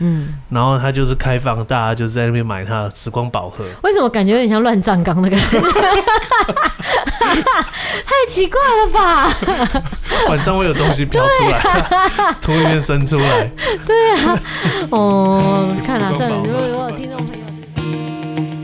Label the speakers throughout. Speaker 1: 嗯，
Speaker 2: 然后它就是开放，大家就是在那边买它的时光宝盒。
Speaker 1: 为什么感觉有点像乱葬岗的感觉？ 太奇怪了吧？
Speaker 2: 晚上会有东西飘出来， 土里面伸出来。
Speaker 1: 哦，看了、
Speaker 2: 嗯时光
Speaker 1: 算了，
Speaker 2: 宝
Speaker 1: 如
Speaker 2: 盒
Speaker 1: 果如果有听众朋友。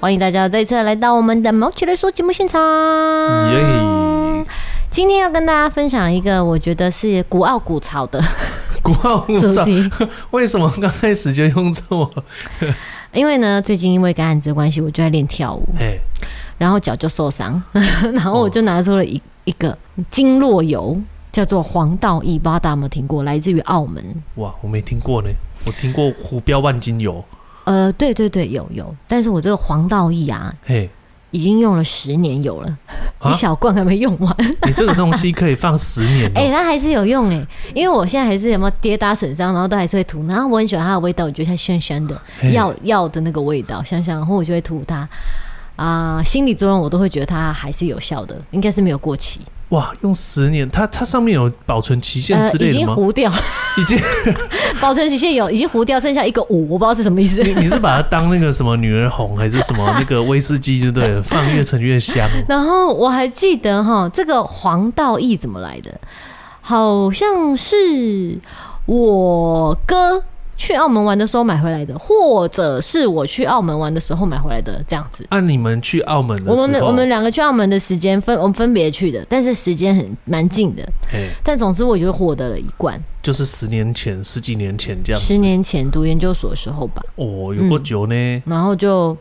Speaker 1: 欢迎大家再一次来到我们的毛起来说节目现场。
Speaker 2: 耶、
Speaker 1: 今天要跟大家分享一个我觉得是古奥古潮的
Speaker 2: 古奥 古
Speaker 1: 主
Speaker 2: 早，
Speaker 1: 题。
Speaker 2: 为什么刚开始就用这么？
Speaker 1: 因为呢，最近因为感染这关系，我就在练跳舞，
Speaker 2: 哎，
Speaker 1: 然后脚就受伤， 然后我就拿出了一一个经络油，叫做黄道益，不知道大家有没有听过，来自于澳门。
Speaker 2: 哇，我没听过呢，我听过虎标万金油。
Speaker 1: 呃，对对对，有有，但是我这个黄道益啊，
Speaker 2: 嘿，
Speaker 1: 已经用了十年有了，
Speaker 2: 啊
Speaker 1: 一小罐还没用完，
Speaker 2: 你这个东西可以放十年、
Speaker 1: 哎、
Speaker 2: 哦。
Speaker 1: 它还是有用哎、因为我现在还是有没有跌打损伤，然后都还是会涂，然后我很喜欢它的味道，我觉得它香香的，
Speaker 2: 嘿
Speaker 1: 药药的那个味道，香香，然后我就会涂它。啊、心理作用我都会觉得它还是有效的，应该是没有过期，
Speaker 2: 哇，用十年，它它上面有保存期限之类
Speaker 1: 呃已
Speaker 2: 的
Speaker 1: 经
Speaker 2: 吗？
Speaker 1: 糊掉，
Speaker 2: 已经，
Speaker 1: 保存期限有，已经糊掉，剩下一个五，我不知道是什么意思。
Speaker 2: 你你是把它当那个什么女儿红还是什么那个威士忌就对了，放越陈越香哦。
Speaker 1: 然后我还记得哈，这个黄道益怎么来的？好像是我哥去澳门玩的时候买回来的，或者是我去澳门玩的时候买回来的，这样子。
Speaker 2: 按、啊你们去澳门的
Speaker 1: 我
Speaker 2: 时
Speaker 1: 们
Speaker 2: 候，
Speaker 1: 我们两个去澳门的时间分我们分别去的，但是时间很蛮近的。
Speaker 2: 哎，
Speaker 1: 但总之，我就获得了一罐。
Speaker 2: 就是十年前、十几年前这样子。
Speaker 1: 十年前读研究所的时候吧，
Speaker 2: 哦，有过
Speaker 1: 嗯
Speaker 2: 久呢。
Speaker 1: 然后就，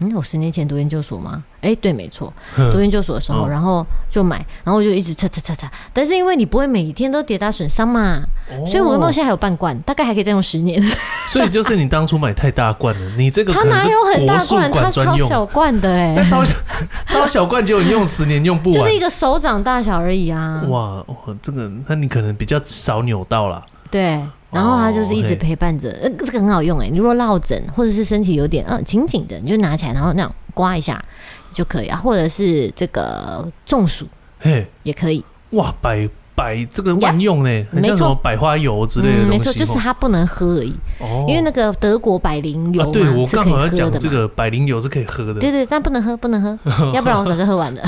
Speaker 1: 嗯，我十年前读研究所吗？哎、对，没错，
Speaker 2: 哼
Speaker 1: 读研究所的时候，
Speaker 2: 嗯
Speaker 1: 然后就买，然后我就一直擦擦擦擦。但是因为你不会每天都跌打损伤嘛，嗯所以我到
Speaker 2: 哦
Speaker 1: 现在还有半罐，大概还可以再用十年。
Speaker 2: 所以就是你当初买太大罐了，你这个
Speaker 1: 它
Speaker 2: 可能
Speaker 1: 哪
Speaker 2: 是
Speaker 1: 有
Speaker 2: 国
Speaker 1: 很大
Speaker 2: 术
Speaker 1: 罐？它
Speaker 2: 馆专
Speaker 1: 超
Speaker 2: 用，啊
Speaker 1: 小 罐的哎、
Speaker 2: 那超小超小罐就你用十年用不
Speaker 1: 就
Speaker 2: 完
Speaker 1: 是。一个手掌大小而已啊。
Speaker 2: 哇，哦这个那你可能比较少扭到啦。
Speaker 1: 对，然后它就是一
Speaker 2: 哦
Speaker 1: 直
Speaker 2: 嘿
Speaker 1: 陪伴着，呃，这个很好用哎、你如果落枕或者是身体有点嗯紧紧的，你就拿起来然后那样刮一下就可以啊，或者是这个中暑
Speaker 2: 嘿，
Speaker 1: 也可以。
Speaker 2: 哇，百百这个万用呢，很像
Speaker 1: 没错
Speaker 2: 什么百花油之类的
Speaker 1: 嗯，
Speaker 2: 东西。
Speaker 1: 没错，就是它不能喝而已，
Speaker 2: 哦，
Speaker 1: 因为那个德国百灵油
Speaker 2: 啊
Speaker 1: 嘛、，
Speaker 2: 对我
Speaker 1: 是可
Speaker 2: 刚
Speaker 1: 以
Speaker 2: 好
Speaker 1: 喝
Speaker 2: 要讲
Speaker 1: 的
Speaker 2: 这
Speaker 1: 嘛。
Speaker 2: 个百灵油是可以喝的，
Speaker 1: 对对，但不能喝，不能喝， 要不然我早就喝完了。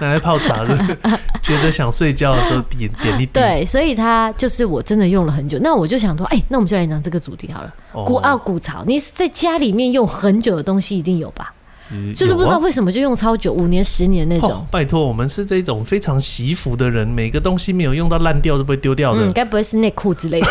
Speaker 2: 拿来泡茶的， 觉得想睡觉的时候点点一滴。
Speaker 1: 对，所以它就是我真的用了很久。那我就想说，哎、那我们就来讲这个主题好了。
Speaker 2: 哦，
Speaker 1: 古奥古草，你在家里面用很久的东西一定有吧？
Speaker 2: 嗯
Speaker 1: 就是不知
Speaker 2: 有啊
Speaker 1: 道为什么就用超久，五年、十年那种。
Speaker 2: 哦，拜托，我们是这种非常惜福的人，每个东西没有用到烂掉就不会丢掉的
Speaker 1: 嗯，。该不会是内裤之类的？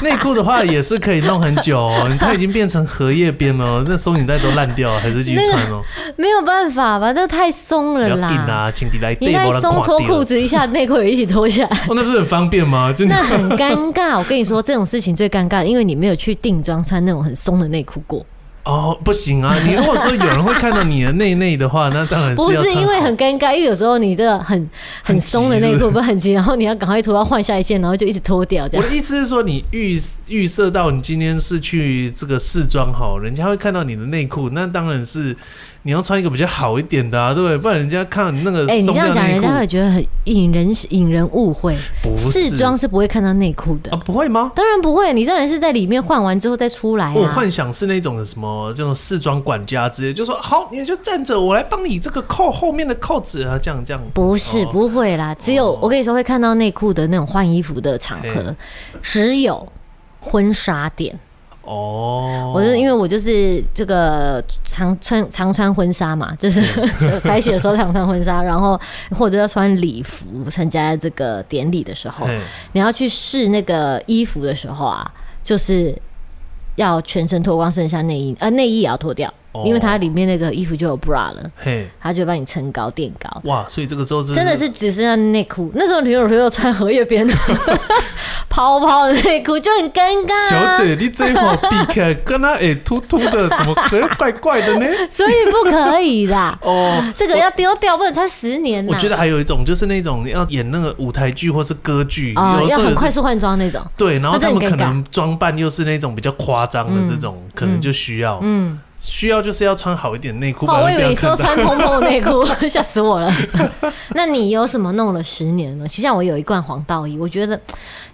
Speaker 2: 内裤的话也是可以弄很久哦，它已经变成荷叶边了哦，那松紧带都烂掉了，还是继续穿 哦。
Speaker 1: 没有办法吧，这太松
Speaker 2: 不
Speaker 1: 了
Speaker 2: 要紧
Speaker 1: 啦。
Speaker 2: 啊，请你来
Speaker 1: 你
Speaker 2: 对
Speaker 1: 太
Speaker 2: 我来
Speaker 1: 松，脱裤
Speaker 2: 掉。
Speaker 1: 子一下，内裤也一起脱 下来，
Speaker 2: 哦，那不是很方便吗？就
Speaker 1: 那很尴尬。我跟你说，这种事情最尴尬，因为你没有去定妆穿那种很松的内裤过。
Speaker 2: 哦，不行啊！你如果说有人会看到你的内内的话，那当然
Speaker 1: 不
Speaker 2: 要
Speaker 1: 是
Speaker 2: 穿
Speaker 1: 因为
Speaker 2: 好
Speaker 1: 很尴尬，因为有时候你这个很 很
Speaker 2: 很急
Speaker 1: 松的内
Speaker 2: 是
Speaker 1: 裤
Speaker 2: 不
Speaker 1: 不是很紧，然后你要赶快脱，要换下一件，然后就一直脱掉这
Speaker 2: 我
Speaker 1: 样。
Speaker 2: 的意思是说，你预预设到你今天是去这个试妆好，人家会看到你的内裤，那当然是你要穿一个比较好一点的啊，对不对？不然人家看到你那个
Speaker 1: 哎、你
Speaker 2: 松
Speaker 1: 这样
Speaker 2: 掉
Speaker 1: 讲，
Speaker 2: 内
Speaker 1: 人
Speaker 2: 裤，
Speaker 1: 家会觉得很引人引人误会。
Speaker 2: 不是
Speaker 1: 试妆是不会看到内裤的
Speaker 2: 啊，，不会吗？
Speaker 1: 当然不会，你当然是在里面换完之后再出来
Speaker 2: 哦我
Speaker 1: 啊。
Speaker 2: 幻想是那种什么这种试妆管家之类，就说好，你就站着，我来帮你这个扣后面的扣子啊，这样这样。
Speaker 1: 不是，
Speaker 2: 哦
Speaker 1: 不会啦，只有、
Speaker 2: 哦
Speaker 1: 我跟你说会看到内裤的那种换衣服的场合
Speaker 2: 嘿，
Speaker 1: 只有婚纱店。
Speaker 2: 哦，
Speaker 1: 我是因
Speaker 2: 为
Speaker 1: 为我就是这个常穿常穿婚纱嘛， 就是拍戏的时候常穿婚纱， 然后或者要穿礼服参加这个典礼的时候，你要去试那个衣服的时候啊，就是要全身脱光，剩下内衣，呃，内衣也要脱掉。
Speaker 2: 哦
Speaker 1: 因为它里面那个衣服就有 bra 了，
Speaker 2: 嘿，
Speaker 1: 它就会帮你撑高垫高。
Speaker 2: 哇，所以这个时候真
Speaker 1: 真的是只剩下内裤，那时候女友朋友穿荷叶 边的泡泡的内裤就很尴尬、啊
Speaker 2: 小，姐，你这一块避开，跟他哎突突的，怎么可能怪怪的呢？。
Speaker 1: 所以不可以啦
Speaker 2: 哦，
Speaker 1: 这个要丢掉，不能穿十年啦。
Speaker 2: 我觉得还有一种就是那种要演那个舞台剧或是歌剧，
Speaker 1: 啊、
Speaker 2: 有时
Speaker 1: 要
Speaker 2: 候有
Speaker 1: 很
Speaker 2: 这
Speaker 1: 快速换装那种。
Speaker 2: 对，然后
Speaker 1: 那这
Speaker 2: 他们
Speaker 1: 很
Speaker 2: 可
Speaker 1: 尴尬
Speaker 2: 能装扮又是那种比较夸张的这种，可能就需要、
Speaker 1: 嗯，
Speaker 2: 需要就是要穿好一点内裤，不
Speaker 1: 哦，我
Speaker 2: 然
Speaker 1: 以
Speaker 2: 不
Speaker 1: 为
Speaker 2: 要
Speaker 1: 你说
Speaker 2: 看到。
Speaker 1: 穿蓬蓬的内 裤，吓死我了。那你有什么弄了十年呢？就像我有一罐黄道衣，我觉得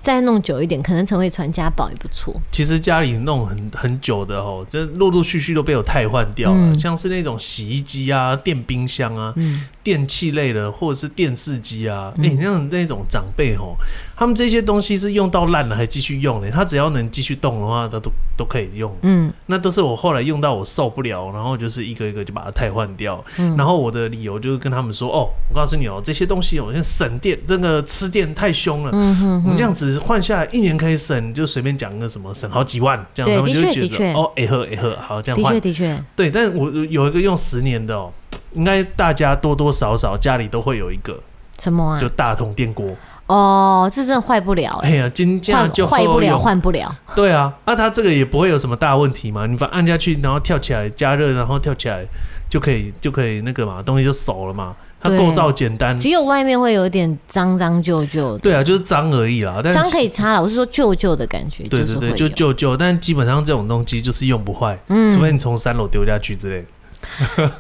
Speaker 1: 再弄久一点，可能成为传家宝也不错。
Speaker 2: 其实家里弄很很久的哦，这陆陆续续都被我汰换掉了，
Speaker 1: 嗯
Speaker 2: 像是那种洗衣机啊、电冰箱啊、
Speaker 1: 嗯，
Speaker 2: 电器类的，或者是电视机啊，
Speaker 1: 嗯
Speaker 2: 哎、那种那种长辈哦，他们这些东西是用到烂了还继续用呢，他只要能继续动的话，他都都可以用。
Speaker 1: 嗯
Speaker 2: 那都是我后来用到我受不了，然后就是一个一个就把它汰换掉。
Speaker 1: 嗯
Speaker 2: 然后我的理由就是跟他们说：“哦，我告诉你哦，这些东西哦，现在省电，那个吃电太凶了。
Speaker 1: 嗯哼
Speaker 2: 我 们
Speaker 1: 哼
Speaker 2: 这样子换下来，一年可以省，就随便讲个什么省好几万，这样
Speaker 1: 对
Speaker 2: 他们就
Speaker 1: 的
Speaker 2: 会
Speaker 1: 确
Speaker 2: 觉
Speaker 1: 的确
Speaker 2: 得哦，哎呵哎呵，好这样
Speaker 1: 的
Speaker 2: 换
Speaker 1: 确。的确，
Speaker 2: 对，但我有一个用十年的哦，应该大家多多少少家里都会有一个，
Speaker 1: 什么啊
Speaker 2: 就？大同电锅。
Speaker 1: 哦，这真的坏不了、欸，
Speaker 2: 哎呀，今这样
Speaker 1: 换
Speaker 2: 就
Speaker 1: 坏不了，
Speaker 2: 用
Speaker 1: 换不了。
Speaker 2: 对啊，那、它这个也不会有什么大问题嘛，你把它按下去，然后跳起来加热，然后跳起来就可以就可以那个嘛，东西就熟了嘛。它
Speaker 1: 对
Speaker 2: 构造简单，
Speaker 1: 只有外面会有点脏脏旧旧的，
Speaker 2: 对啊，就是脏而已啦。但
Speaker 1: 脏可以擦了，我是说旧旧的感觉，
Speaker 2: 对
Speaker 1: 是
Speaker 2: 对对，
Speaker 1: 会有。
Speaker 2: 就旧旧，但基本上这种东西就是用不坏，
Speaker 1: 嗯
Speaker 2: 除非你从三楼丢下去之类的。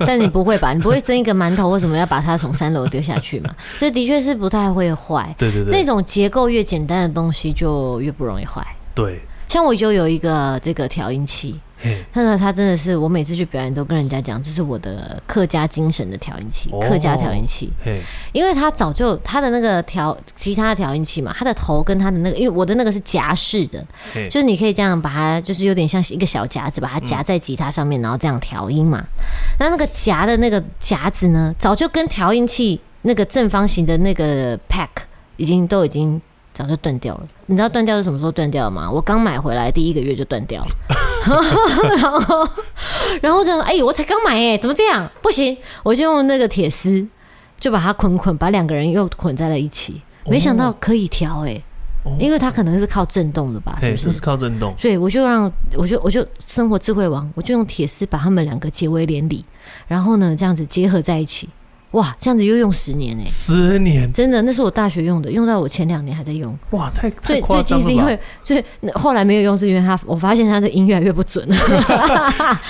Speaker 1: 但你不会吧？你不会蒸一个馒头，为什么要把它从三楼丢下去嘛？ 所以的确是不太会坏。
Speaker 2: 对对
Speaker 1: 那
Speaker 2: 对
Speaker 1: 种结构越简单的东西就越不容易坏。
Speaker 2: 对，
Speaker 1: 像我就有一个这个调音器，
Speaker 2: 嘿
Speaker 1: 那个它真的是我每次去表演都跟人家讲，这是我的客家精神的调音器，
Speaker 2: 哦
Speaker 1: 客家调音器。
Speaker 2: 嘿，
Speaker 1: 因为它早就它的那个调吉他的调音器嘛，它的头跟它的那个，因为我的那个是夹式的，
Speaker 2: 嘿
Speaker 1: 就是你可以这样把它，就是有点像一个小夹子，把它夹在吉他上面，然后这样调音嘛。那那个夹的那个夹子呢，早就跟调音器那个正方形的那个 pack 已经都已经早就断掉了。你知道断掉是什么时候断掉的吗？我刚买回来第一个月就断掉了。 然后，然后这样，哎、我才刚买哎、怎么这样？不行，我就用那个铁丝就把它捆捆，把两个人又捆在了一起。没想到可以调哎、
Speaker 2: 哦
Speaker 1: 因为它可能是靠震动的吧，啊是
Speaker 2: 嘿，
Speaker 1: 不
Speaker 2: 这
Speaker 1: 是哎
Speaker 2: 是？靠震动。
Speaker 1: 所以我就让我就我就生活智慧王，我就用铁丝把他们两个结为连理，然后呢这样子结合在一起，哇，这样子又用十年哎、
Speaker 2: 十年
Speaker 1: 真的，那是我大学用的，用到我前两年还在用。
Speaker 2: 哇，太
Speaker 1: 最
Speaker 2: 太夸
Speaker 1: 最
Speaker 2: 张
Speaker 1: 近是
Speaker 2: 了
Speaker 1: 因
Speaker 2: 吧！
Speaker 1: 为最那后来没有用，是因为它我发现它的音越来越不准了。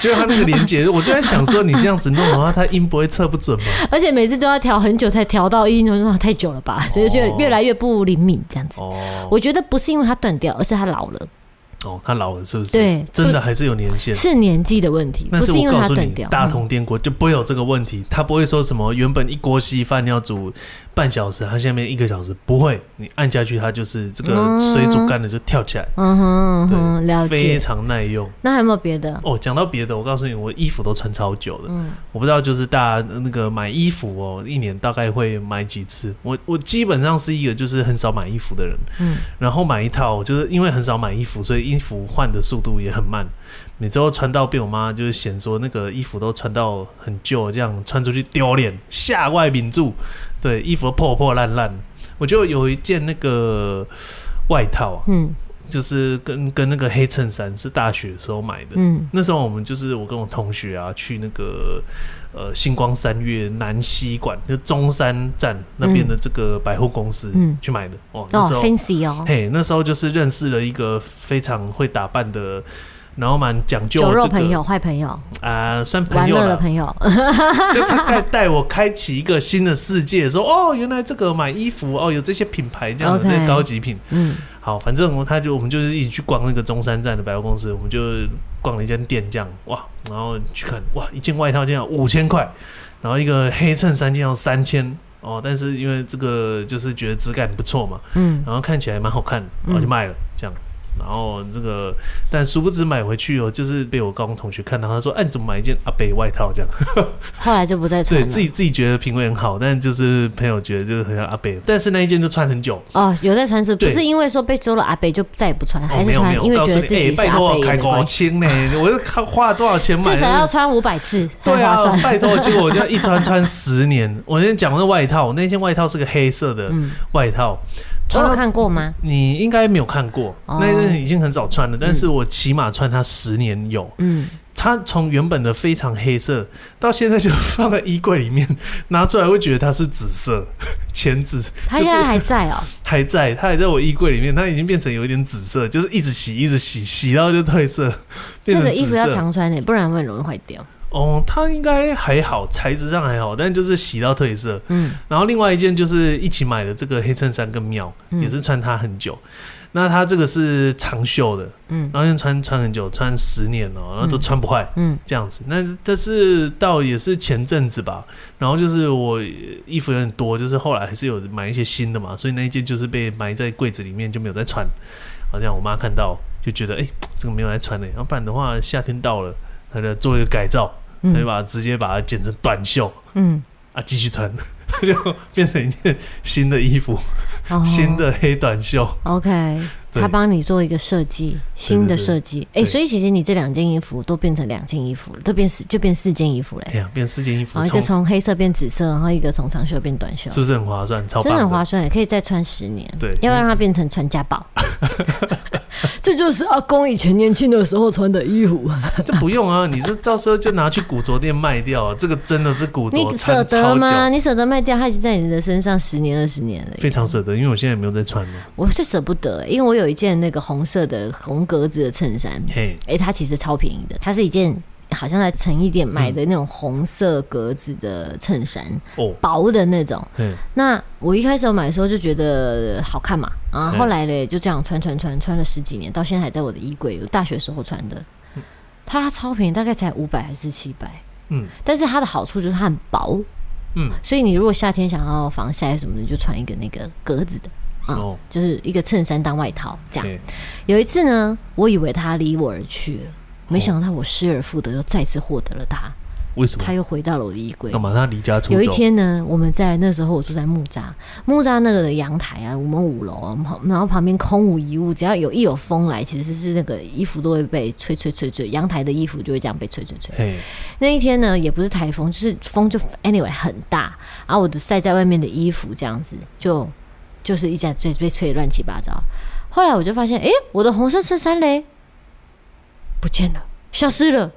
Speaker 2: 就是它那个连接，我就在想说，你这样子弄的话，它音不会测不准吗？
Speaker 1: 而且每次都要调很久才调到音，我就说啊太久了吧，所以就
Speaker 2: 哦
Speaker 1: 越来越不灵敏这样子。
Speaker 2: 哦
Speaker 1: 我觉得不是因为它断掉，而是它老了，
Speaker 2: 哦，它老了是不是？
Speaker 1: 对
Speaker 2: 真的还是有年限。
Speaker 1: 是年纪的问题，
Speaker 2: 但
Speaker 1: 不
Speaker 2: 是
Speaker 1: 是因
Speaker 2: 我
Speaker 1: 为
Speaker 2: 告
Speaker 1: 它
Speaker 2: 诉
Speaker 1: 断
Speaker 2: 你
Speaker 1: 掉。，
Speaker 2: 大
Speaker 1: 嗯
Speaker 2: 同电锅就不会有这个问题，他不会说什么原本一锅稀饭要煮半小时，它下面一个小时不会，你按下去它就是这个
Speaker 1: 嗯
Speaker 2: 水煮干了就跳起来，
Speaker 1: 嗯哼嗯
Speaker 2: 对
Speaker 1: 哼，了
Speaker 2: 非
Speaker 1: 解。
Speaker 2: 常耐用。
Speaker 1: 那还有没有别的？
Speaker 2: 哦，讲到别的，我告诉你，我衣服都穿超久的，
Speaker 1: 嗯
Speaker 2: 我不知道就是大家那个买衣服哦，一年大概会买几次？我我基本上是一个就是很少买衣服的人，
Speaker 1: 嗯。
Speaker 2: 然后买一套，就是因为很少买衣服，所以衣服换的速度也很慢。每周穿到被我妈就是嫌说那个衣服都穿到很旧，这样穿出去丢脸，下外民住。对，衣服都破破烂烂。我就有一件那个外套啊，
Speaker 1: 嗯
Speaker 2: 就是跟跟那个黑衬衫是大学的时候买的。
Speaker 1: 嗯
Speaker 2: 那时候我们就是我跟我同学啊，去那个呃星光三月南西馆，就中山站那边的这个百货公司、
Speaker 1: 嗯
Speaker 2: 去买的。哦，那
Speaker 1: 哦
Speaker 2: 时候
Speaker 1: ，fancy 哦，
Speaker 2: 嘿，那时候就是认识了一个非常会打扮的，然后蛮讲究
Speaker 1: 酒
Speaker 2: 这
Speaker 1: 肉
Speaker 2: 个
Speaker 1: 朋友、坏朋友、
Speaker 2: 啊、算朋
Speaker 1: 玩
Speaker 2: 友
Speaker 1: 乐的
Speaker 2: 了，
Speaker 1: 朋友，
Speaker 2: 就他带带我开启一个新的世界，说哦，原来这个买衣服哦，有这些品牌这样的
Speaker 1: OK
Speaker 2: 这些高级品。
Speaker 1: 嗯
Speaker 2: 好，反正我他就我们就是一起去逛那个中山站的百货公司，我们就逛了一间店这样，哇，然后去看哇，一件外套这样五千块，然后一个黑衬衫这样三千。哦，但是因为这个就是觉得质感不错嘛，
Speaker 1: 嗯
Speaker 2: 然后看起来蛮好看，然后就卖了，这样。然后这个，但殊不知买回去哦，就是被我高中同学看到，他说：“哎，你怎么买一件阿北外套这 样
Speaker 1: 后来就不再？”穿
Speaker 2: 对
Speaker 1: 了。
Speaker 2: 自己自己觉得品味很好，但就是朋友觉得就是很像阿北，但是那一件就穿很久。
Speaker 1: 哦，有在穿是不
Speaker 2: 对
Speaker 1: 是，不是因为说被周了阿北就再也不穿，
Speaker 2: 哦
Speaker 1: 还，
Speaker 2: 没
Speaker 1: 是
Speaker 2: 有没
Speaker 1: 穿，
Speaker 2: 有，
Speaker 1: 因为
Speaker 2: 告
Speaker 1: 觉
Speaker 2: 诉你，
Speaker 1: 得
Speaker 2: 哎
Speaker 1: 自己是
Speaker 2: 拜
Speaker 1: 阿
Speaker 2: 托
Speaker 1: 北
Speaker 2: 我
Speaker 1: 也
Speaker 2: 开
Speaker 1: 没
Speaker 2: 五
Speaker 1: 关系，
Speaker 2: 千呢，我是花了多少钱买的？
Speaker 1: 至少要穿五百次才
Speaker 2: 对
Speaker 1: 划
Speaker 2: 啊
Speaker 1: 算。，
Speaker 2: 拜托，结果我就一穿穿十年。我先讲那外套，我那件外套是个黑色的
Speaker 1: 嗯，哦
Speaker 2: 外套，
Speaker 1: 我
Speaker 2: 穿
Speaker 1: 有
Speaker 2: 到
Speaker 1: 看过吗？
Speaker 2: 你应该没有看过，
Speaker 1: 哦
Speaker 2: 那件已经很少穿了，但是我起码穿它十年有。
Speaker 1: 嗯，
Speaker 2: 它从原本的非常黑色，到现在就放在衣柜里面，拿出来会觉得它是紫色， 浅紫
Speaker 1: 他
Speaker 2: 就是
Speaker 1: 现在还在哦。
Speaker 2: 还在，它还在我衣柜里面，它已经变成有一点紫色，就是一直洗，一直洗，洗到就褪色，变成
Speaker 1: 那个衣
Speaker 2: 紫
Speaker 1: 服要
Speaker 2: 色。
Speaker 1: 常穿的，不然会很容易坏掉。
Speaker 2: 哦，它应该还好，材质上还好，但就是洗到褪色。
Speaker 1: 嗯，
Speaker 2: 然后另外一件就是一起买的这个黑衬衫更妙，
Speaker 1: 嗯
Speaker 2: 也是穿它很久。那它这个是长袖的，
Speaker 1: 嗯
Speaker 2: 然后就穿穿很久，穿十年哦、然后都穿不坏、
Speaker 1: 嗯
Speaker 2: 这样子。那但是到也是前阵子吧，然后就是我呃衣服有点多，就是后来还是有买一些新的嘛，所以那一件就是被埋在柜子里面就没有再穿。好像我妈看到就觉得，哎、这个没有再穿嘞、要、不然的话夏天到了，她就做一个改造，她就
Speaker 1: 嗯
Speaker 2: 把它直接把它剪成短袖
Speaker 1: 嗯，
Speaker 2: 啊，继续穿。 就变成一件新的衣服，
Speaker 1: 哦
Speaker 2: 新的黑短袖。
Speaker 1: OK，
Speaker 2: 对
Speaker 1: 他帮你做一个设计，新的设计。哎、
Speaker 2: 对
Speaker 1: 所以其实你这两件衣服都变成两件衣服了，都变四就变四件衣服嘞。
Speaker 2: 哎呀，变四件衣服
Speaker 1: 然后，哦一
Speaker 2: 从
Speaker 1: 个从黑色变紫色，然后一个从长袖变短袖
Speaker 2: 是，不是很划算？超
Speaker 1: 真的
Speaker 2: 棒
Speaker 1: 很划算，也可以再穿十年。
Speaker 2: 对
Speaker 1: 要不要让它变成传 家宝？ 这就是阿公以前年轻的时候穿的衣服。
Speaker 2: 这不用啊，你这到时候就拿去古着店卖掉啊，这个真的是古着
Speaker 1: 你舍
Speaker 2: 穿
Speaker 1: 得
Speaker 2: 超
Speaker 1: 吗？
Speaker 2: 久，
Speaker 1: 你舍得卖掉？它已经在你的身上十年、二十年了。
Speaker 2: 非常舍得，因为我现在也没有在穿了。
Speaker 1: 我是舍不得，因为我有一件那个红色的红格子的衬衫，
Speaker 2: 嘿，
Speaker 1: 哎、它其实超便宜的，它是一件好像在成衣店买的那种红色格子的衬衫，
Speaker 2: 哦，
Speaker 1: 薄的那种。
Speaker 2: 嘿，
Speaker 1: 那我一开始有买的时候就觉得好看嘛，啊，
Speaker 2: 嗯
Speaker 1: 后来嘞就这样穿穿穿穿了十几年，到现在还在我的衣柜，有大学时候穿的。它超便宜，大概才五百还是七百，
Speaker 2: 嗯
Speaker 1: 但是它的好处就是它很薄，
Speaker 2: 嗯，
Speaker 1: 所以你如果夏天想要防晒什么的，你就穿一个那个格子的，嗯
Speaker 2: 哦，
Speaker 1: 就是一个衬衫当外套这样。
Speaker 2: 嘿，
Speaker 1: 有一次呢，我以为他离我而去了，没
Speaker 2: 哦
Speaker 1: 想到我失而复得，又再次获得了他，
Speaker 2: 为什么
Speaker 1: 他？又回到了我的衣柜
Speaker 2: 干。嘛？他离家出
Speaker 1: 有一
Speaker 2: 走？
Speaker 1: 天呢，我们在那时候我住在木栅，木栅那个的阳台啊，我们五楼啊，旁然后旁边空无一物，只要有一有风来，其实是那个衣服都会被吹吹吹吹，阳台的衣服就会这样被吹吹吹。
Speaker 2: 嘿，
Speaker 1: 那一天呢，也不是台风，就是风就 anyway 很大，然后我的晒在外面的衣服这样子，就就是一下被被吹得乱七八糟。后来我就发现，诶，我的红色衬衫嘞不见了，消失了。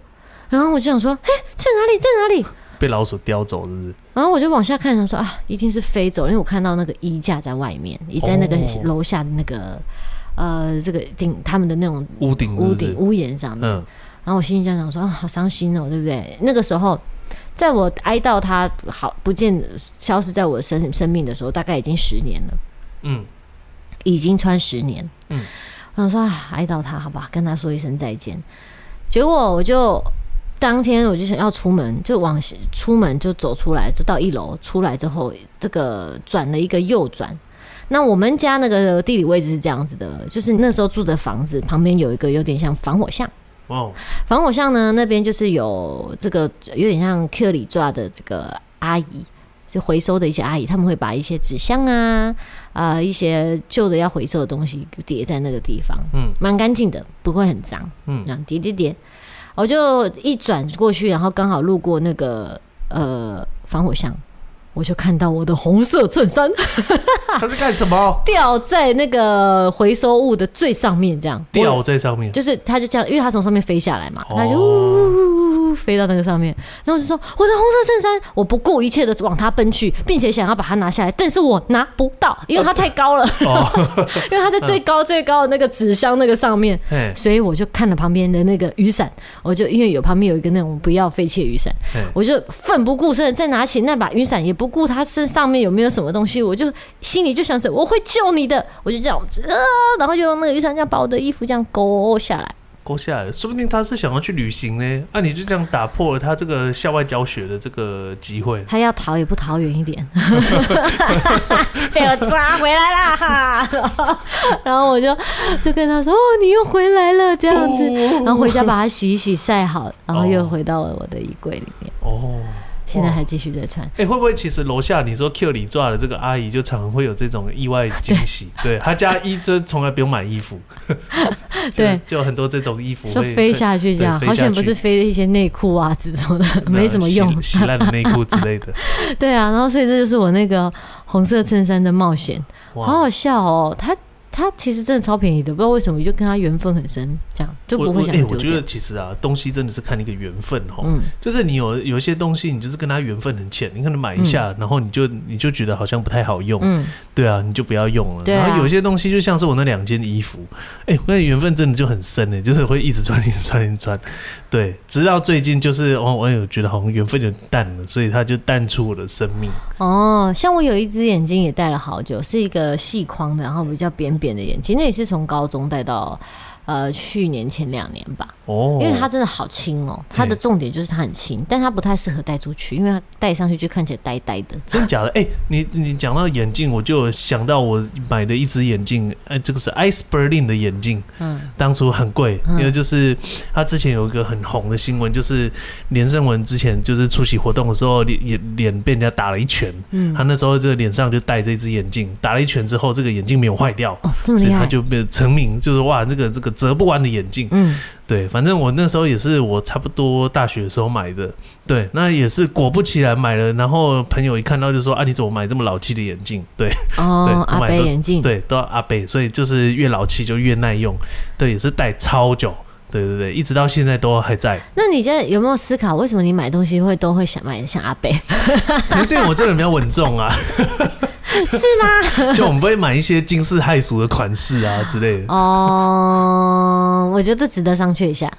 Speaker 1: 然后我就想说，嘿，在哪里？在哪里？
Speaker 2: 被老鼠叼走是不是？
Speaker 1: 然后我就往下看，想说啊，一定是飞走，因为我看到那个衣架在外面，也在那个
Speaker 2: 哦
Speaker 1: 楼下的那个、呃这个顶他们的那种
Speaker 2: 屋顶是
Speaker 1: 屋
Speaker 2: 不是
Speaker 1: 顶？屋檐上面。
Speaker 2: 嗯，
Speaker 1: 然后我心里就想说，啊，好伤心哦，对不对？那个时候，在我哀悼他好不见消失在我的生生命的时候，大概已经十年了，
Speaker 2: 嗯，
Speaker 1: 已经穿十年。
Speaker 2: 嗯，
Speaker 1: 我想说啊，哀悼他，好吧，跟他说一声再见。结果我就当天我就想要出门，就往西出门就走出来，就到一楼出来之后，这个转了一个右转。那我们家那个地理位置是这样子的，就是那时候住的房子旁边有一个有点像防火巷。
Speaker 2: 哦，
Speaker 1: 防火巷呢那边就是有这个有点像 Q 里抓的这个阿姨，就回收的一些阿姨，他们会把一些纸箱啊，呃，一些旧的要回收的东西叠在那个地方，
Speaker 2: 嗯，
Speaker 1: 蛮干净的，不会很脏，
Speaker 2: 嗯
Speaker 1: 这样叠叠叠，我就一转过去，然后刚好路过那个呃防火巷。我就看到我的红色衬衫
Speaker 2: 他在干什 么？
Speaker 1: 掉在那个回收物的最上面，这样
Speaker 2: 吊在上面。
Speaker 1: 就是它就这样，因为它从上面飞下来嘛，它就
Speaker 2: 哦
Speaker 1: 呜呜飞到那个上面，然后我就说我的红色衬衫，我不顾一切的往它奔去，并且想要把它拿下来，但是我拿不到，因为它太高了，
Speaker 2: 哦，
Speaker 1: 因为它在最高最高的那个纸箱那个上面，
Speaker 2: 嘿，
Speaker 1: 所以我就看了旁边的那个雨伞，我就因为有旁边有一个那种不要废弃的雨伞
Speaker 2: 嘿，
Speaker 1: 我就奋不顾身的再拿起那把雨伞，也不顾它身上面有没有什么东西，我就心里就想着我会救你的，我就这样啊，然后就用那个雨伞这样把我的衣服这样勾下来，
Speaker 2: 勾下来了，说不定他是想要去旅行呢。啊，你就这样打破了他这个校外教学的这个机会。
Speaker 1: 他要逃也不逃远 一点，被我抓回来啦！哈， 然后我就就跟他说：“哦，你又回来了，这样子。”
Speaker 2: 哦
Speaker 1: 然后回家把它洗一洗、晒好，然后又回到了我的衣柜里面，
Speaker 2: 哦，
Speaker 1: 现在还继续在穿。
Speaker 2: 哎、会不会其实楼下你说 Q 你抓的这个阿姨，就常常会有这种意外惊喜？对，她家一直从来不用买衣 服，就
Speaker 1: 对，
Speaker 2: 就有很多这种衣服
Speaker 1: 说
Speaker 2: 会
Speaker 1: 飞下去这样，
Speaker 2: 对
Speaker 1: 好
Speaker 2: 飞下
Speaker 1: 险
Speaker 2: 去
Speaker 1: 不是飞一些内裤啊这种的，
Speaker 2: 会
Speaker 1: 没什么
Speaker 2: 洗
Speaker 1: 用。
Speaker 2: 洗烂的内裤之类的。
Speaker 1: 对啊，然后所以这就是我那个红色衬衫的冒险。
Speaker 2: 哇，
Speaker 1: 好好笑哦，他他其实真的超便宜的，不知道为什么，就跟他缘分很深，这样就
Speaker 2: 我
Speaker 1: 不会
Speaker 2: 我
Speaker 1: 想
Speaker 2: 哎
Speaker 1: 丢
Speaker 2: 我觉得
Speaker 1: 掉。
Speaker 2: 其实啊，东西真的是看一个缘分哦。
Speaker 1: 嗯，
Speaker 2: 就是你有有一些东西，你就是跟它缘分很浅，你可能买一下，然后你就你就觉得好像不太好用，
Speaker 1: 嗯，
Speaker 2: 对啊，你就不要用了。
Speaker 1: 对啊
Speaker 2: 然后有一些东西就像是我那两件衣服，哎、我那缘分真的就很深哎、就是会一直穿，一直穿，一直穿。对，直到最近就是哦，我有觉得好像缘分就淡了，所以它就淡出我的生命。
Speaker 1: 哦，像我有一只眼镜也戴了好久，是一个细框的，然后比较扁扁的眼镜，那也是从高中戴到呃去年前两年吧，
Speaker 2: 哦，
Speaker 1: 因为它真的好轻哦，它的重点就是它很轻，但它不太适合戴出去，因为它戴上去就看起来呆呆的。
Speaker 2: 真假的？哎、你你讲到眼镜，我就想到我买的一只眼镜，哎、这个是 Ice Berlin 的眼镜，
Speaker 1: 嗯，
Speaker 2: 当初很贵，
Speaker 1: 嗯
Speaker 2: 因为就是他之前有一个很红的新闻，就是连胜文之前就是出席活动的时候，脸脸脸被人家打了一拳，
Speaker 1: 嗯
Speaker 2: 他那时候这个脸上就戴这只眼镜，打了一拳之后，这个眼镜没有坏掉，
Speaker 1: 哦，这么
Speaker 2: 所
Speaker 1: 厉
Speaker 2: 以他
Speaker 1: 害，
Speaker 2: 就被成名，就是哇，这个这个折不完的眼镜。
Speaker 1: 嗯，
Speaker 2: 对，反正我那时候也是我差不多大学的时候买的，对，那也是果不其然买了，然后朋友一看到就说啊，你怎么买这么老气的眼镜？ 对，对
Speaker 1: 哦，
Speaker 2: 我
Speaker 1: 阿
Speaker 2: 买
Speaker 1: 贝
Speaker 2: 的
Speaker 1: 眼镜，
Speaker 2: 对，都要阿贝，所以就是越老气就越耐用，对，也是戴超久，对对对，一直到现在都还在。
Speaker 1: 那你现在有没有思考为什么你买东西会都会想买像 阿贝？
Speaker 2: 可能是因为我这个人比较稳重 啊，
Speaker 1: 是吗？
Speaker 2: 就我们不会买一些惊世骇俗的款式啊之类的。
Speaker 1: 哦，我觉得值得商榷一下。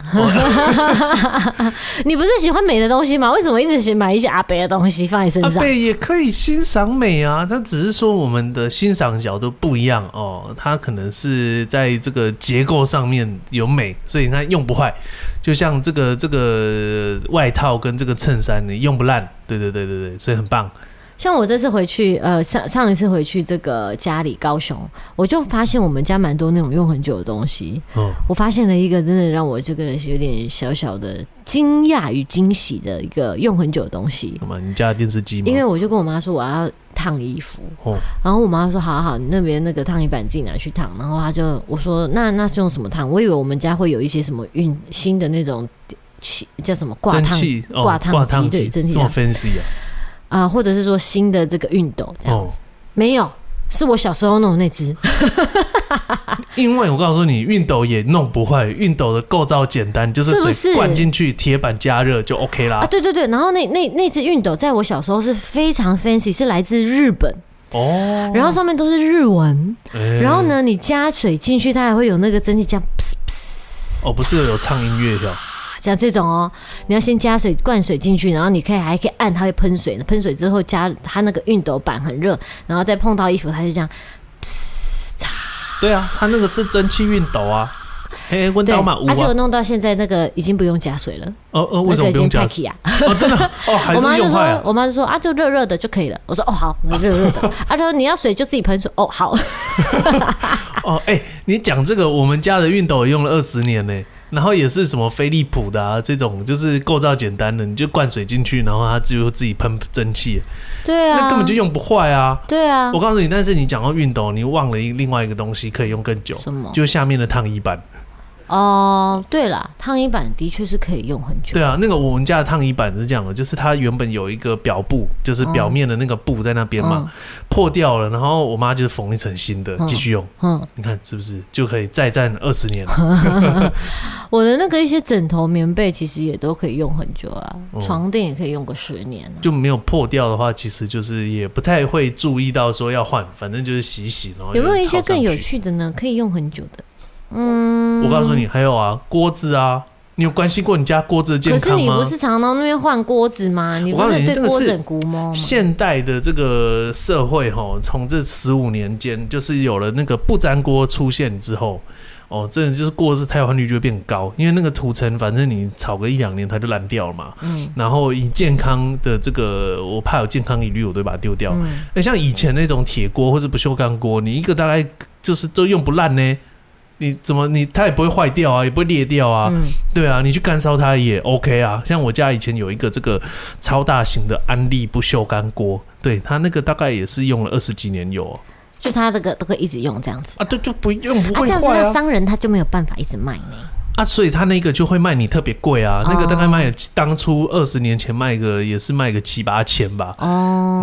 Speaker 1: 你不是喜欢美的东西吗？为什么一直喜买一些阿北的东西放在身
Speaker 2: 阿
Speaker 1: 上？
Speaker 2: 贝啊也可以欣赏美啊，这只是说我们的欣赏角度不一样哦。它可能是在这个结构上面有美，所以它用不坏。就像这个这个外套跟这个衬衫，你用不烂。对对对对对，所以很棒。
Speaker 1: 像我这次回去，呃，上上一次回去这个家里高雄，我就发现我们家蛮多那种用很久的东西。
Speaker 2: 嗯，
Speaker 1: 我发现了一个真的让我这个有点小小的惊讶与惊喜的一个用很久的东西，
Speaker 2: 那么你家的电视机吗？
Speaker 1: 因为我就跟我妈说我要烫衣服，
Speaker 2: 哦，
Speaker 1: 然后我妈说：“好好好，你那边那个烫衣板自己拿去烫。”然后她就我说：“那那是用什么烫？我以为我们家会有一些什么运新的那种气叫什么挂
Speaker 2: 蒸
Speaker 1: 烫
Speaker 2: 汽哦
Speaker 1: 挂烫
Speaker 2: 挂
Speaker 1: 机
Speaker 2: 烫
Speaker 1: 对
Speaker 2: 机，
Speaker 1: 蒸汽
Speaker 2: 这么
Speaker 1: 烫
Speaker 2: fancy 啊？
Speaker 1: 啊、或者是说新的这个熨斗这样
Speaker 2: 哦啊
Speaker 1: 子。，没有，是我小时候弄的那只。
Speaker 2: 因为我告诉你，熨斗也弄不坏，熨斗的构造简单，就是
Speaker 1: 是不
Speaker 2: 水
Speaker 1: 是
Speaker 2: 灌进去，铁板加热就 OK 啦
Speaker 1: 啊，。对对对，然后那那那只熨斗在我小时候是非常 fancy，是来自日本，
Speaker 2: 哦，
Speaker 1: 然后上面都是日文，
Speaker 2: 哎
Speaker 1: 然后？呢，你加水进去，它还会有那个蒸汽这样，噗噗
Speaker 2: 哦，不是有唱音乐的哦，
Speaker 1: 像这种哦，你要先加水灌水进去，然后你可以还可以按它会喷水，喷水之后加它那个熨斗板很热，然后再碰到衣服，它就这样。
Speaker 2: 对啊，它那个是蒸汽熨斗啊。哎，温
Speaker 1: 对，
Speaker 2: 刀嘛，五
Speaker 1: 而且我
Speaker 2: 啊，
Speaker 1: 弄到现在那个已经不用加水了，
Speaker 2: 哦哦，为
Speaker 1: 那
Speaker 2: 什
Speaker 1: 个
Speaker 2: 么
Speaker 1: 已
Speaker 2: 不用
Speaker 1: 经
Speaker 2: 加
Speaker 1: 派？气啊。
Speaker 2: 哦，真的哦，还
Speaker 1: 我妈
Speaker 2: 是
Speaker 1: 就
Speaker 2: 用坏
Speaker 1: 说，
Speaker 2: 啊？
Speaker 1: 我妈就说啊，就热热的就可以了。我说哦好，我热热的。啊，她说你要水就自己喷水。哦 好，
Speaker 2: 哦，哎，你讲这个，我们家的熨斗也用了二十年呢。然后也是什么飞利浦的啊，这种就是构造简单的，你就灌水进去，然后它就自己喷蒸汽，
Speaker 1: 对啊，
Speaker 2: 那根本就用不坏啊。
Speaker 1: 对啊
Speaker 2: 我，告诉你，但是你讲到熨斗，你忘了一另外一个东西可以用更久，
Speaker 1: 什么？
Speaker 2: 就下面的烫衣板。
Speaker 1: 哦，对啦，烫衣板的确是可以用很久。
Speaker 2: 对啊，那个我们家的烫衣板是这样的，就是它原本有一个表布，
Speaker 1: 哦
Speaker 2: 就是表面的那个布在那边嘛，破掉了，然后我妈就缝一层新的
Speaker 1: 嗯
Speaker 2: 继续用。
Speaker 1: 嗯，
Speaker 2: 你看是不是就可以再战二十年？
Speaker 1: 我的那个一些枕头、棉被其实也都可以用很久啊，
Speaker 2: 哦
Speaker 1: 床垫也可以用个十年啊。
Speaker 2: 就没有破掉的话，其实就是也不太会注意到说要换，反正就是洗一洗，然后
Speaker 1: 有没有
Speaker 2: 哦就
Speaker 1: 一些
Speaker 2: 套上
Speaker 1: 更有
Speaker 2: 去？
Speaker 1: 趣的呢？可以用很久的。嗯，
Speaker 2: 我告诉，你，还有啊，锅子啊，你有关心过你家锅子的健康
Speaker 1: 可
Speaker 2: 吗？
Speaker 1: 是你不是常到那边换锅子吗？你不
Speaker 2: 我告诉你
Speaker 1: 对
Speaker 2: 这个
Speaker 1: 锅
Speaker 2: 是
Speaker 1: 子很古摸吗？
Speaker 2: 现代的这个社会哈，从这十五年间，就是有了那个不粘锅出现之后，哦，真的就是过的是汰换率就会变高，因为那个涂层反正你炒个一两年它就烂掉了嘛。
Speaker 1: 嗯
Speaker 2: 然后以健康的这个，我怕有健康疑虑，我都会把它丢掉。
Speaker 1: 嗯，
Speaker 2: 那、像以前那种铁锅或是不锈钢锅，你一个大概就是都用不烂呢，你怎么你它也不会坏掉啊，也不会裂掉啊，
Speaker 1: 嗯
Speaker 2: 对啊，你去干烧它也 OK 啊。像我家以前有一个这个超大型的安利不锈钢锅，对它那个大概也是用了二十几年有哦
Speaker 1: 就他这个都可以一直用这样子。
Speaker 2: 啊，对，就不用不
Speaker 1: 啊，这
Speaker 2: 会
Speaker 1: 样子
Speaker 2: 坏
Speaker 1: 那
Speaker 2: 啊
Speaker 1: 商人他就没有办法一直卖呢。
Speaker 2: 啊，所以它那个就会卖你特别贵啊，那个大概
Speaker 1: 哦
Speaker 2: 卖了当初二十年前卖个也是卖个七八千吧，
Speaker 1: 哦，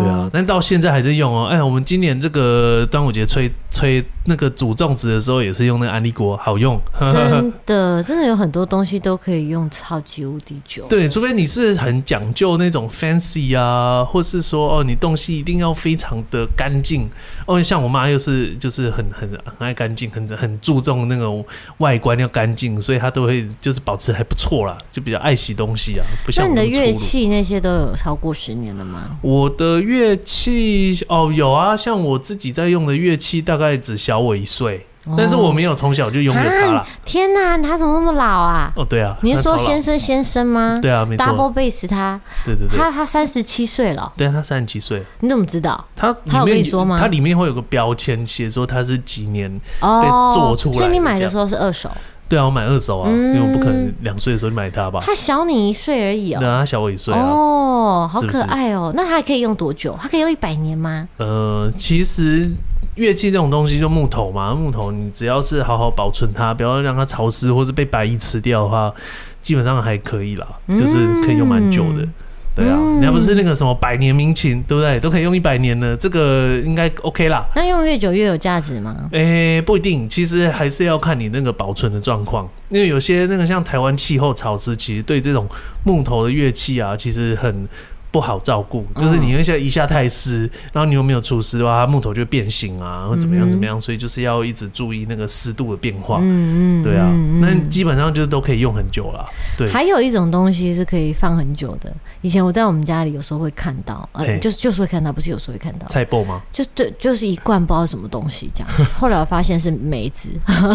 Speaker 2: 对啊，，但到现在还在用哦。哎，我们今年这个端午节吹吹那个煮粽子的时候，也是用那个安利锅，好用。
Speaker 1: 真的，真的有很多东西都可以用超级无敌久。
Speaker 2: 对，除非你是很讲究那种 fancy 啊，或是说哦，你东西一定要非常的干净。哦，像我妈又是就是很很很爱干净，很很注重那种外观要干净，所以她都会就是保持还不错啦，就比较爱惜东西啊，不像
Speaker 1: 那
Speaker 2: 我
Speaker 1: 你的
Speaker 2: 们粗
Speaker 1: 乐
Speaker 2: 鲁。
Speaker 1: 器那些都有超过十年了吗？
Speaker 2: 我的乐器哦有啊，像我自己在用的乐器大概只小我一岁。
Speaker 1: 哦
Speaker 2: 但是我没有从小就拥有它啦。
Speaker 1: 啊天哪，他怎么那么老啊？
Speaker 2: 哦，对啊，
Speaker 1: 你是
Speaker 2: 那
Speaker 1: 说
Speaker 2: 超老
Speaker 1: 先生先生吗？
Speaker 2: 对啊，没错，
Speaker 1: ，Double Bass 他
Speaker 2: 对对对，
Speaker 1: 他他三十七岁了，
Speaker 2: 对他三十几岁，
Speaker 1: 你怎么知道？
Speaker 2: 他
Speaker 1: 他有
Speaker 2: 里面
Speaker 1: 跟你说吗
Speaker 2: 它里面会有个标签写说他是几年。
Speaker 1: 哦，
Speaker 2: 做出来的
Speaker 1: 所以你买
Speaker 2: 这
Speaker 1: 的
Speaker 2: 样
Speaker 1: 时候是二手，
Speaker 2: 对啊，我买二手啊，
Speaker 1: 嗯
Speaker 2: 因为我不可能两岁的时候就买它吧。
Speaker 1: 他小你一岁而已
Speaker 2: 对
Speaker 1: 哦。
Speaker 2: 啊，他小我一岁啊。
Speaker 1: 哦，好
Speaker 2: 是不
Speaker 1: 可
Speaker 2: 是
Speaker 1: 爱哦！那它还可以用多久？它可以用一百年吗？
Speaker 2: 呃，其实乐器这种东西就木头嘛，木头你只要是好好保存它，不要让它潮湿或是被白蚁吃掉的话，基本上还可以啦，就是可以用蛮久的
Speaker 1: 嗯。
Speaker 2: 对啊，
Speaker 1: 嗯
Speaker 2: 你要不是那个什么百年名琴，对不对？都可以用一百年了，这个应该 OK 啦。
Speaker 1: 那用越久越有价值吗？
Speaker 2: 诶、不一定，其实还是要看你那个保存的状况，因为有些那个像台湾气候潮湿，其实对这种木头的乐器啊，其实很不好照顾，
Speaker 1: 嗯
Speaker 2: 就是你那些一下太湿，然后你又没有除湿的话，它木头就变形啊，或怎么
Speaker 1: 嗯
Speaker 2: 样
Speaker 1: 哼
Speaker 2: 怎么样，所以就是要一直注意那个湿度的变化。
Speaker 1: 嗯
Speaker 2: 对啊，那
Speaker 1: 嗯
Speaker 2: 基本上就都可以用很久了。对，
Speaker 1: 还有一种东西是可以放很久的。以前我在我们家里有时候会看到，
Speaker 2: 嘿
Speaker 1: 呃，就是就是会看到，不是有时候会看到，
Speaker 2: 菜爆 吗？
Speaker 1: 就对，就是一罐不知道什么东西这样子。后来我发现是梅子，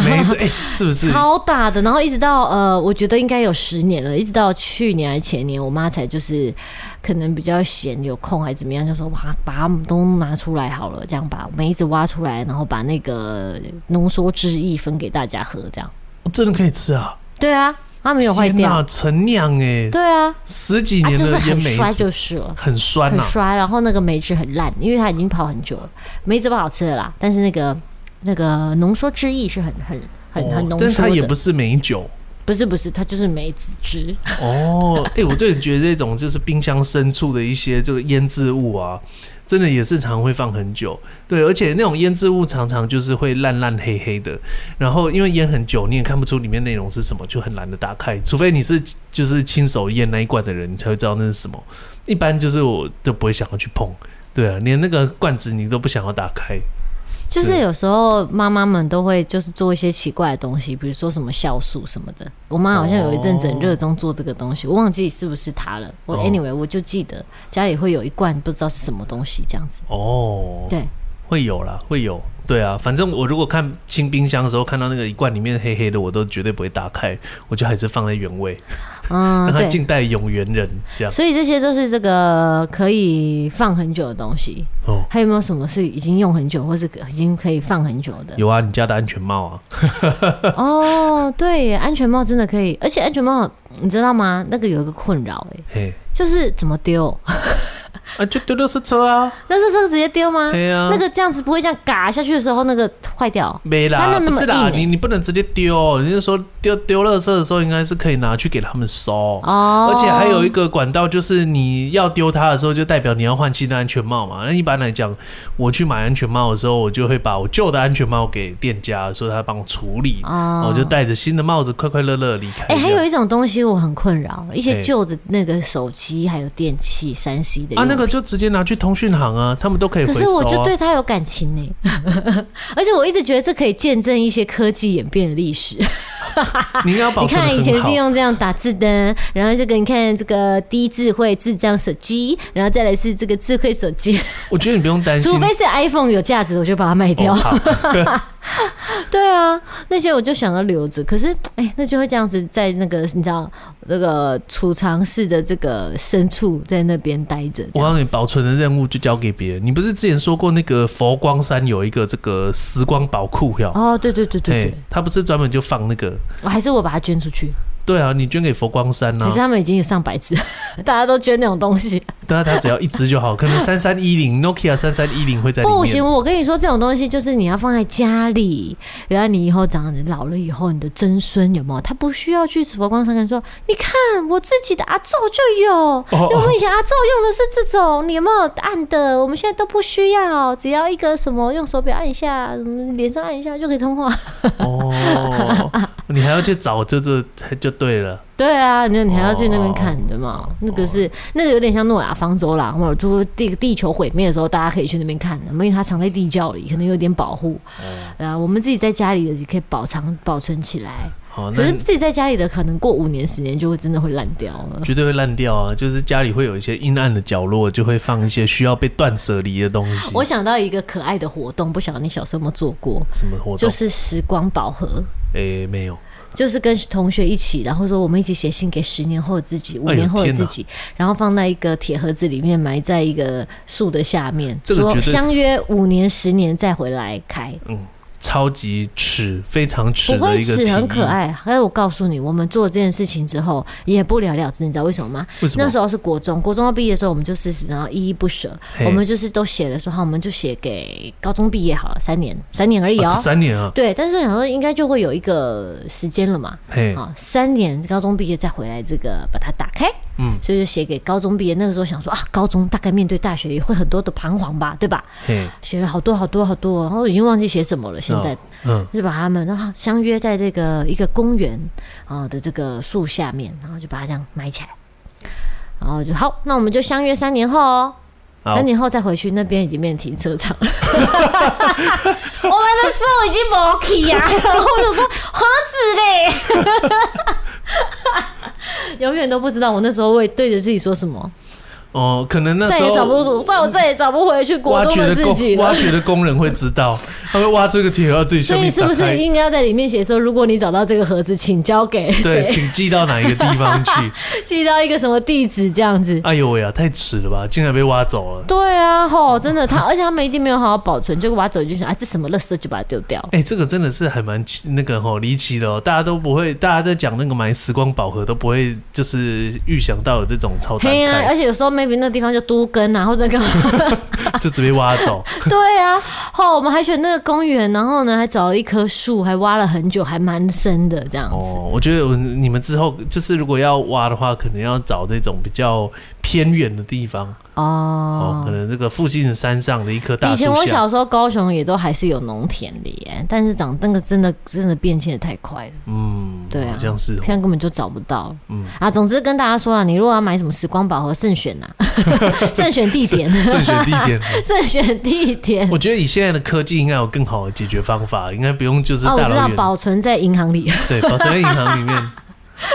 Speaker 2: 梅子，哎、是不是？
Speaker 1: 超大的，然后一直到呃，我觉得应该有十年了，一直到去年还前年，我妈才就是可能比较闲有空还是怎么样，就说哇，把它们都拿出来好了，这样把梅子挖出来，然后把那个浓缩汁液分给大家喝，这样。
Speaker 2: 哦真的可以吃啊？
Speaker 1: 对啊，它没有坏
Speaker 2: 天
Speaker 1: 掉
Speaker 2: 哪，。陈酿哎，
Speaker 1: 对啊，
Speaker 2: 十几
Speaker 1: 啊
Speaker 2: 年
Speaker 1: 就是
Speaker 2: 的
Speaker 1: 很
Speaker 2: 腌梅
Speaker 1: 衰
Speaker 2: 子，
Speaker 1: 就是了。
Speaker 2: 很酸啊
Speaker 1: 很
Speaker 2: 呐、
Speaker 1: 衰，然后那个梅汁很烂，因为它已经泡很久了，梅子不好吃了啦。但是那个那个浓缩汁液是很很很很
Speaker 2: 哦
Speaker 1: 浓
Speaker 2: 但是
Speaker 1: 缩
Speaker 2: 它
Speaker 1: 的，
Speaker 2: 也不是美酒
Speaker 1: 不是不是，它就是梅子汁。
Speaker 2: 哦。哎、我真的觉得这种就是冰箱深处的一些这个腌制物啊，真的也是常会放很久。对，而且那种腌制物常常就是会烂烂黑黑的，然后因为腌很久，你也看不出里面内容是什么，就很懒得打开。除非你是就是亲手腌那一罐的人，你才会知道那是什么。一般就是我都不会想要去碰。对啊，连那个罐子你都不想要打开。
Speaker 1: 就是
Speaker 2: 对
Speaker 1: 有时候妈妈们都会就是做一些奇怪的东西，比如说什么酵素什么的。我妈好像有一阵子很热衷做这个东西，我忘记是不是她了。我
Speaker 2: 哦
Speaker 1: anyway 我就记得家里会有一罐不知道是什么东西这 样子。
Speaker 2: 哦，
Speaker 1: 对，
Speaker 2: 会有啦，会有。对啊，反正我如果看清冰箱的时候，看到那个一罐里面黑黑的，我都绝对不会打开，我就还是放在原位，
Speaker 1: 嗯
Speaker 2: 让，它
Speaker 1: 对。
Speaker 2: 静待永远人这样。
Speaker 1: 所以这些都是这个可以放很久的东西。
Speaker 2: 哦，
Speaker 1: 还有没有什么是已经用很久，或是已经可以放很久的？
Speaker 2: 有啊，你家的安全帽啊，
Speaker 1: 哦，对耶，安全帽真的可以，而且安全帽你知道吗？那个有一个困扰，哎，
Speaker 2: 嘿，
Speaker 1: 就是怎么丢？
Speaker 2: 啊，就丢垃圾车啊，
Speaker 1: 那是车直接丢吗？
Speaker 2: 嘿啊，
Speaker 1: 嗯那个这样子不会这样嘎下去的时候，那个坏掉。
Speaker 2: 没
Speaker 1: 它
Speaker 2: 啦，
Speaker 1: 那那
Speaker 2: 不
Speaker 1: 么
Speaker 2: 是啦，
Speaker 1: 硬欸
Speaker 2: 你你不能直接丢，人家说丢丢垃圾的时候，应该是可以拿去给他们收。
Speaker 1: 哦，
Speaker 2: 而且还有一个管道，就是你要丢它的时候，就代表你要换新的安全帽嘛。那一般来讲，我去买安全帽的时候，我就会把我旧的安全帽给店家，说他帮我处理，
Speaker 1: 哦
Speaker 2: 我就戴着新的帽子，快快乐乐地离开。
Speaker 1: 哎、还有一种东西我很困扰，一些
Speaker 2: 嘿
Speaker 1: 旧的那个手机还有电器三 C 的
Speaker 2: 啊，那
Speaker 1: 用
Speaker 2: 个就直接拿去通讯行啊，他们都可以
Speaker 1: 可
Speaker 2: 回收、啊。
Speaker 1: 是我就对它有感情呢、 而且我一直觉得这可以见证一些科技演变的 历史。
Speaker 2: 你应该要保
Speaker 1: 你
Speaker 2: 存
Speaker 1: 看
Speaker 2: 得
Speaker 1: 以
Speaker 2: 很
Speaker 1: 前
Speaker 2: 好
Speaker 1: 是。用这样打字灯，然后这个你看这个低智慧智障手机，然后再来是这个智慧手机，
Speaker 2: 我觉得你不用担心
Speaker 1: 除，非是 iPhone 有价值，我就把它卖掉。
Speaker 2: 哦好
Speaker 1: 对啊，那些我就想要留着，可是哎、那就会这样子在那个你知道那个储藏室的这个深处，在那边待着。
Speaker 2: 我告诉你，保存的任务就交给别人。你不是之前说过那个佛光山有一个这个时光宝库票？
Speaker 1: 哦，对对对对对
Speaker 2: 嘿，他不是专门就放那个？
Speaker 1: 我还是我把它捐出去，
Speaker 2: 对啊，你捐给佛光山
Speaker 1: 可
Speaker 2: 啊
Speaker 1: 是，他们已经有上百只，大家都捐那种 东西，
Speaker 2: 但啊他只要一只就 好，可能三三一零 Nokia 三三一零会在里面。
Speaker 1: 不行。我跟你说，这种东西就是你要放在家里，原来你以后长得老了以后，你的曾孙有没有？他不需要去佛光山跟说，你看我自己的阿昼就有，
Speaker 2: 哦
Speaker 1: 那我
Speaker 2: 哦
Speaker 1: 们以前阿昼用的是这种，你有没有按的？我们现在都不需要，只要一个什么用手表按一下，嗯脸上按一下就可以通话。
Speaker 2: 哦，你还要去找，就这就对了。
Speaker 1: 对 啊，你你还要去那边看
Speaker 2: 哦
Speaker 1: 的嘛？那个是那个有点像诺亚方舟啦，或者说地地球毁灭的时候，大家可以去那边看的，因为它藏在地窖里，可能有点保护。啊，我们自己在家里的也可以保藏保存起来，
Speaker 2: 好，
Speaker 1: 可
Speaker 2: 哦那
Speaker 1: 是自己在家里的可能过五年十年就会真的会烂掉了。
Speaker 2: 绝对会烂掉啊！就是家里会有一些阴暗的角落，就会放一些需要被断舍离的东西。
Speaker 1: 我想到一个可爱的活动，不晓得你小时候有没有做过，
Speaker 2: 什么活
Speaker 1: 就
Speaker 2: 动？
Speaker 1: 是时光宝盒。
Speaker 2: 诶、没有。
Speaker 1: 就是跟同学一起，然后说我们一起写信给十年后的自己、五
Speaker 2: 哎呦
Speaker 1: 年后的
Speaker 2: 天哪
Speaker 1: 自己，然后放在一个铁盒子里面，埋在一个树的下面，
Speaker 2: 这个绝
Speaker 1: 说
Speaker 2: 对是
Speaker 1: 相约五年、十年再回来开，
Speaker 2: 超级耻，非常耻
Speaker 1: 不
Speaker 2: 的
Speaker 1: 会
Speaker 2: 一个
Speaker 1: 是
Speaker 2: 提
Speaker 1: 很
Speaker 2: 议
Speaker 1: 可。爱。但是我告诉你，我们做这件事情之后也不了了之，你知道为什么吗？
Speaker 2: 为什么？
Speaker 1: 那时候是国中，国中要毕业的时候，我们就是然后依依不舍，
Speaker 2: 嘿
Speaker 1: 我们就是都写了说好，我们就写给高中毕业好了，三年，三年而已
Speaker 2: 啊
Speaker 1: 哦。
Speaker 2: 这三年啊，
Speaker 1: 对，但是想说应该就会有一个时间了嘛，
Speaker 2: 嘿，
Speaker 1: 啊，三年高中毕业再回来，这个把它打开，
Speaker 2: 嗯，
Speaker 1: 所以就写给高中毕业。那个时候想说啊，高中大概面对大学也会很多的彷徨吧，对吧？
Speaker 2: 嘿，
Speaker 1: 写了好多好多好多，然后已经忘记写什么了。现在、
Speaker 2: 哦嗯，
Speaker 1: 就把他们然后相约在这个一个公园啊的这个树下面，然后就把它这样埋起来，然后就好，那我们就相约三年后哦。
Speaker 2: 好
Speaker 1: 三，年后再回去，那边已经变停车场了。我们的树已经没起呀、然后我就说何止嘞，永远都不知道我那时候会对着自己说什么，
Speaker 2: 哦，可能那
Speaker 1: 再
Speaker 2: 时
Speaker 1: 也找不
Speaker 2: 候
Speaker 1: 出，再我再也找不回去国
Speaker 2: 挖
Speaker 1: 中
Speaker 2: 掘
Speaker 1: 的
Speaker 2: 的
Speaker 1: 自己
Speaker 2: 工挖
Speaker 1: 了。
Speaker 2: 掘的工人会知道，他会挖这个铁盒，自己下
Speaker 1: 所
Speaker 2: 面
Speaker 1: 以是不
Speaker 2: 打开
Speaker 1: 是应该要在里面写说，如果你找到这个盒子，请交给
Speaker 2: 对，
Speaker 1: 谁，
Speaker 2: 请寄到哪一个地方去？
Speaker 1: 寄到一个什么地址这样子？
Speaker 2: 哎呦喂啊，太迟了吧，竟然被挖走了。
Speaker 1: 对啊，吼，真的他，而且他们一定没有好好保存，结果挖走就想，啊，这什么垃圾就把它丢掉。
Speaker 2: 哎、这个真的是还蛮奇那个吼离奇的哦，大家都不会，大家在讲那个买时光宝盒都不会，就是预想到有这种超单
Speaker 1: 嘿啊哎呀、
Speaker 2: 开，
Speaker 1: 而且有时候 maybe 那地方就都跟啊，或 者干嘛？
Speaker 2: 就直接挖 走。
Speaker 1: 对啊，好，我们还选那个公园，然后呢还找了一棵树，还挖了很久，还蛮深的这样子。
Speaker 2: 哦，我觉得我你们之后就是如果要挖的话，可能要找那种比较偏远的地方哦，可
Speaker 1: 哦，
Speaker 2: 能这个附近山上的一棵大
Speaker 1: 以前
Speaker 2: 树
Speaker 1: 我
Speaker 2: 下。
Speaker 1: 小时候高雄也都还是有农田的耶，但是长那个真的真的变迁的太快了，
Speaker 2: 嗯，
Speaker 1: 对啊
Speaker 2: 好像是哦
Speaker 1: 现在根本就找不到了。
Speaker 2: 嗯
Speaker 1: 啊，总之跟大家说啊，你如果要买什么时光宝盒，慎选 呐、慎选地点，
Speaker 2: 正选地点。
Speaker 1: 慎选地点。
Speaker 2: 我觉得以现在的科技，应该有更好的解决方法，应该不用就是
Speaker 1: 哦，我
Speaker 2: 大
Speaker 1: 知
Speaker 2: 老
Speaker 1: 道，
Speaker 2: 远、
Speaker 1: 保存在银行里，
Speaker 2: 对保存在银行里面。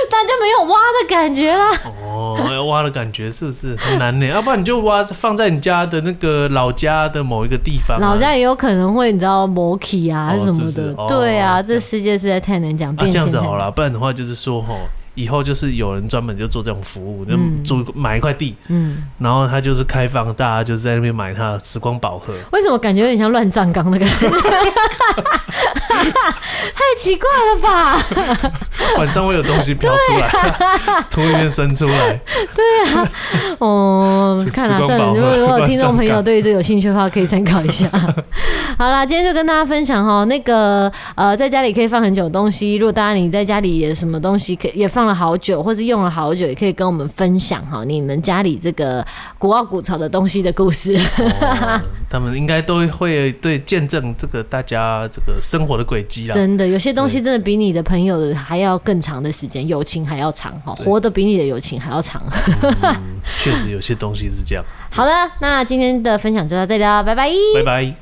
Speaker 1: 但就没有挖的感觉啦。
Speaker 2: 哦，要挖的感觉是不是很难呢？要啊不然你就挖放在你家的那个老家的某一个地方啊、
Speaker 1: 老家也有可能会，你知道 m o k e 啊
Speaker 2: 哦
Speaker 1: 什么的，
Speaker 2: 是不是哦
Speaker 1: 对啊，
Speaker 2: 哦
Speaker 1: 这世界实在太难讲，
Speaker 2: 啊，
Speaker 1: 变
Speaker 2: 这
Speaker 1: 迁
Speaker 2: 样子
Speaker 1: 太
Speaker 2: 好
Speaker 1: 难
Speaker 2: 了，不然的话就是说吼，以后就是有人专门就做这种服务，就
Speaker 1: 嗯
Speaker 2: 租买一块地，
Speaker 1: 嗯，
Speaker 2: 然后他就是开放，大家就是在那边买他的时光宝盒。
Speaker 1: 为什么感觉有点像乱葬岗的 感觉？太奇怪了吧？
Speaker 2: 晚上会有东西飘出来， 土里面伸出来。
Speaker 1: 哦
Speaker 2: 这，
Speaker 1: 看啦，
Speaker 2: 时光
Speaker 1: 算了，
Speaker 2: 宝盒
Speaker 1: 如果如果有听众朋
Speaker 2: 乱葬
Speaker 1: 友
Speaker 2: 岗
Speaker 1: 对这有兴趣的话，可以参考一 下。好啦，今天就跟大家分享哈，那个呃，在家里可以放很久的东西，如果大家你在家里也什么东西可也放了好久，或是用了好久，也可以跟我们分享哈，你们家里这个古奥古潮的东西的故事。
Speaker 2: 哦他们应该都会对见证这个大家这个生活的轨迹啦。
Speaker 1: 真的，有些东西真的比你的朋友的还要更长的时间，友情还要长哈，
Speaker 2: 对
Speaker 1: 活得比你的友情还要长。
Speaker 2: 确实有些东西是这样。
Speaker 1: 好了，那今天的分享就到这里了，拜拜。
Speaker 2: 拜拜。